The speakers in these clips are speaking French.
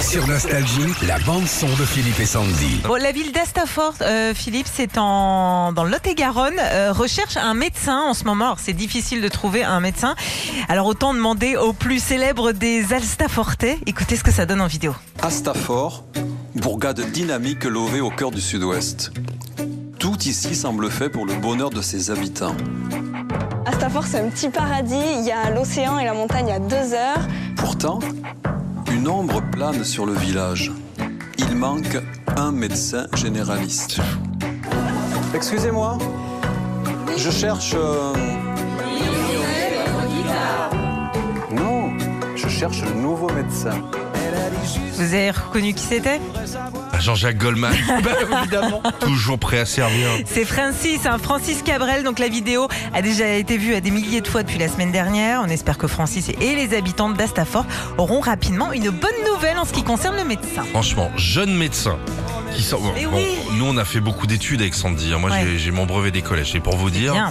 Sur Nostalgie, la bande-son de Philippe et Sandy. Bon, la ville d'Astafort, euh, Philippe, c'est en dans le Lot-et-Garonne, euh, recherche un médecin en ce moment. Alors, C'est difficile de trouver un médecin. Alors autant demander au plus célèbre des Alstafortais. Écoutez ce que ça donne en vidéo. Astafort, bourgade dynamique levée au cœur du sud-ouest. Tout ici semble fait pour le bonheur de ses habitants. Astafort, c'est un petit paradis. Il y a l'océan et la montagne à deux heures. Pourtant, une ombre plane sur le village. Il manque un médecin généraliste. Excusez-moi, je cherche... euh, Non, je cherche le nouveau médecin. Vous avez reconnu qui c'était Ah, Jean-Jacques Goldman, Bah, évidemment. toujours prêt à servir. C'est Francis, hein, Francis Cabrel. Donc la vidéo a déjà été vue à des milliers de fois depuis la semaine dernière. On espère que Francis et les habitants d'Astafort auront rapidement une bonne nouvelle en ce qui concerne le médecin. Franchement, jeune médecin. Qui sort... Mais oui. nous, on a fait beaucoup d'études avec Sandy. hein. Moi, Ouais. j'ai- j'ai mon brevet des collèges. Et pour vous dire, Bien.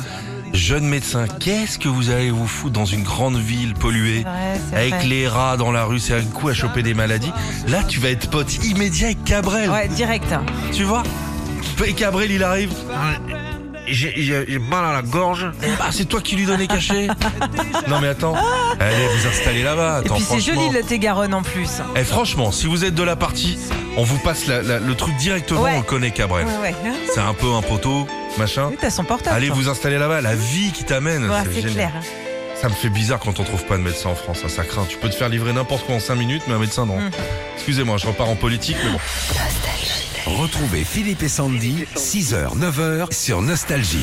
jeune médecin, qu'est-ce que vous allez vous foutre dans une grande ville polluée C'est vrai, c'est avec vrai. les rats dans la rue, c'est un coup à choper des maladies. Là, tu vas être pote immédiat avec Cabrel. Ouais, direct. Tu vois Et Cabrel, il arrive. J'ai- J'ai j'ai mal à la gorge. Bah, c'est toi qui lui donnais cachet. non, mais attends. Allez, vous installer là-bas. Et Attends, puis c'est franchement. joli le Lot-et-Garonne en plus. Eh franchement, si vous êtes de la partie, on vous passe la- la- le truc directement, Ouais. on le connaît Cabrel. Ouais, ouais. C'est un peu un poteau, machin. Oui, t'as son portable. Allez toi. vous installer là-bas, la vie qui t'amène. Ouais, c'est c'est génial. clair. hein. Ça me fait bizarre quand on trouve pas de médecin en France, hein, ça, ça craint. Tu peux te faire livrer n'importe quoi en 5 minutes, mais un médecin Mm. non. Excusez-moi, je repars en politique, mais bon. Retrouvez Philippe et Sandy, 6h, 9h sur Nostalgie.